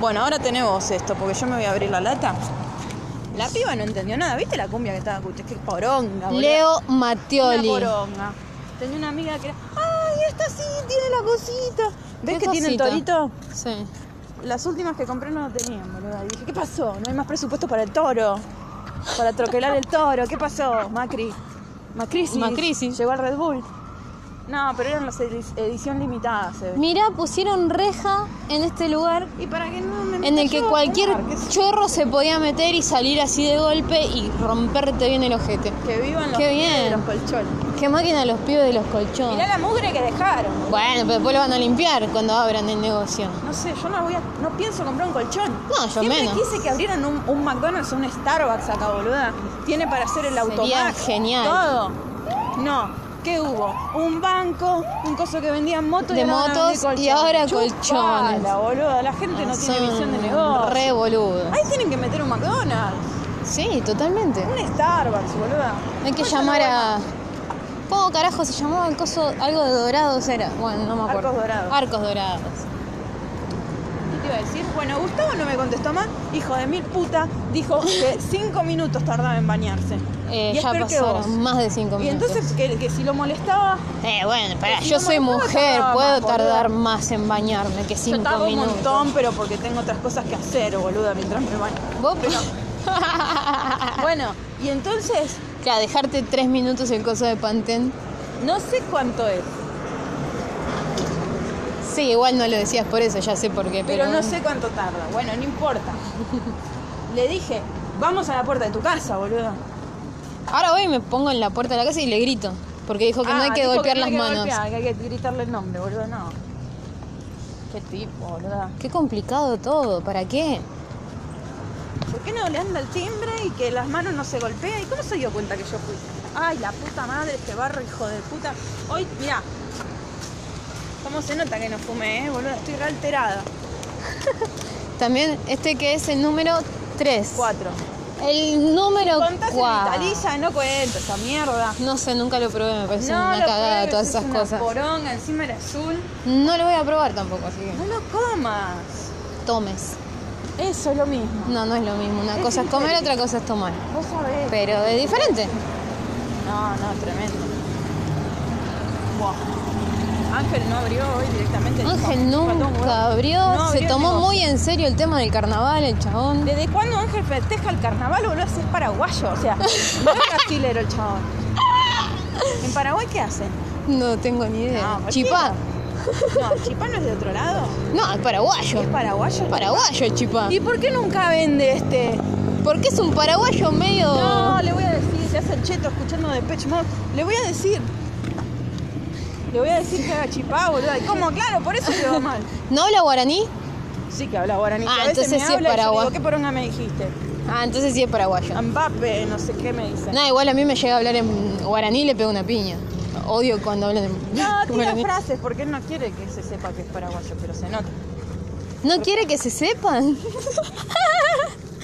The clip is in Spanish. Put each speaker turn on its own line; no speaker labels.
Bueno, ahora tenemos esto, porque yo me voy a abrir la lata. La piba no entendió nada, ¿viste la cumbia que estaba escuchando? Es que poronga, boludo.
Leo
Una
Mattioli.
poronga. Tenía una amiga que era, ay, esta sí, tiene la cosita. ¿Ves
¿Qué
que tiene el
cosita?
torito?
Sí.
Las últimas que compré no tenían, boludo. Y dije, ¿qué pasó? No hay más presupuesto para el toro. Para troquelar el toro. ¿Qué pasó, Macri? Macrisis.
Macrisis.
Llegó al Red Bull. No, pero eran las edi- edición limitada, se ve.
Mirá, pusieron reja en este lugar
Y para que no me
en
meta
el que
yo a
cualquier
fumar, que, es-
chorro se podía meter y salir así de golpe y romperte bien el ojete.
que vivan los,
Qué bien.
de los colchones.
Qué máquina los pibes de los
Mirá
colchones.
la mugre que dejaron. boludo.
Bueno, pero después lo van a limpiar cuando abran el negocio.
No sé, yo no voy a, no pienso comprar un colchón.
No, yo
Siempre
menos.
quise que abrieran un, un McDonald's o un Starbucks acá, boluda. Tiene para hacer el
Sería
automático.
genial.
Todo. No. ¿Qué hubo? Un banco, un coso que vendían motos y
De
ahora van a vender
motos y
colchones.
ahora
Chupala,
colchones.
boluda. La gente Este no tiene
Ah, Son
visión de negocio.
Re boludo.
Ahí tienen que meter un McDonald's,
Sí, totalmente.
un Starbucks, boluda.
Hay que
Después ya no
llamar
voy
a. ¿Cómo carajo se llamaba el coso? Algo de dorados era. Bueno, no me acuerdo.
Arcos Dorados.
Arcos dorados.
¿Qué te iba a decir? Bueno, Gustavo no me contestó más. Hijo de mil puta, dijo que cinco minutos tardaba en bañarse.
Eh,
y es
ya
peor que vos.
pasaron más de cinco minutos.
Y entonces que, que si lo molestaba,
Eh, bueno, pará,
Que si
yo
no
soy
molestaba,
mujer,
tardaba
puedo
más, boluda.
tardar más en bañarme que
yo
cinco
tardo un
minutos.
montón, pero porque tengo otras cosas que hacer, boluda, mientras me baño.
Vos,
Bueno, y entonces,
claro, dejarte tres minutos el coso de Pantene.
no sé cuánto es,
Sí, igual no lo decías por eso, ya sé por qué. Pero,
pero no sé cuánto tarda. Bueno, no importa. Le dije, vamos a la puerta de tu casa, boluda.
Ahora voy y me pongo en la puerta de la casa y le grito. Porque dijo que no
Ah,
hay que
dijo
golpear
no
las
hay que
manos.
golpear, que hay que gritarle el nombre, boludo, no. Qué tipo, boluda.
Qué complicado todo, ¿para qué?
¿Por qué no le anda el timbre y que las manos no se golpean? ¿Y cómo se dio cuenta que yo fui? Ay, la puta madre, este barro, hijo de puta. Hoy, mirá. ¿Cómo se nota que no fumé, eh, boludo? Estoy re alterada.
También este que es el número 3.
Cuatro.
El número
Contás en
4.
vitaliza, no cuento esa mierda.
No sé, nunca lo probé, me parece
no,
una
lo
cagada
pruebes,
todas
es
esas
una
cosas.
poronga, encima era azul.
No lo voy a probar tampoco, así que
No lo comas.
tomes.
Eso es lo mismo.
No, no es lo mismo. Una
Es
cosa es comer,
diferente.
otra cosa es tomar.
Vos sabés.
Pero es diferente.
No, no, tremendo. Buah. Ángel no abrió hoy directamente.
Ángel
dijo, "Patón, boludo".
nunca abrió,
No
se
el
tomó
negocio.
muy en serio el tema del carnaval, el chabón.
¿Desde cuándo Ángel festeja el carnaval, boludo? Si es paraguayo, o sea, no es brasilero el chabón. ¿En Paraguay qué hacen?
No tengo ni idea.
No,
Eh, chipá.
No, Chipá no es de otro lado,
No, es paraguayo.
es paraguayo.
Paraguayo el chipá.
¿Y por qué nunca vende este?
Porque es un paraguayo medio.
No, le voy a decir, se hace el cheto escuchando de Pech Mode. Le voy a decir. Le voy a decir que haga Chipá, boludo. ¿Y cómo? Claro, por eso quedó mal.
¿No habla guaraní?
Sí que habla guaraní.
Ah,
A veces
entonces
me
sí es
habla y yo
paraguay.
digo, ¿Qué poronga me dijiste?
Ah, entonces sí es paraguayo.
Ambape, no sé qué me dice.
Nada, igual a mí me llega a hablar en guaraní y le pego una piña. Odio cuando hablan en
No, tira
guaraní.
frases porque él no quiere que se sepa que es paraguayo, pero se nota.
No quiere que se sepan.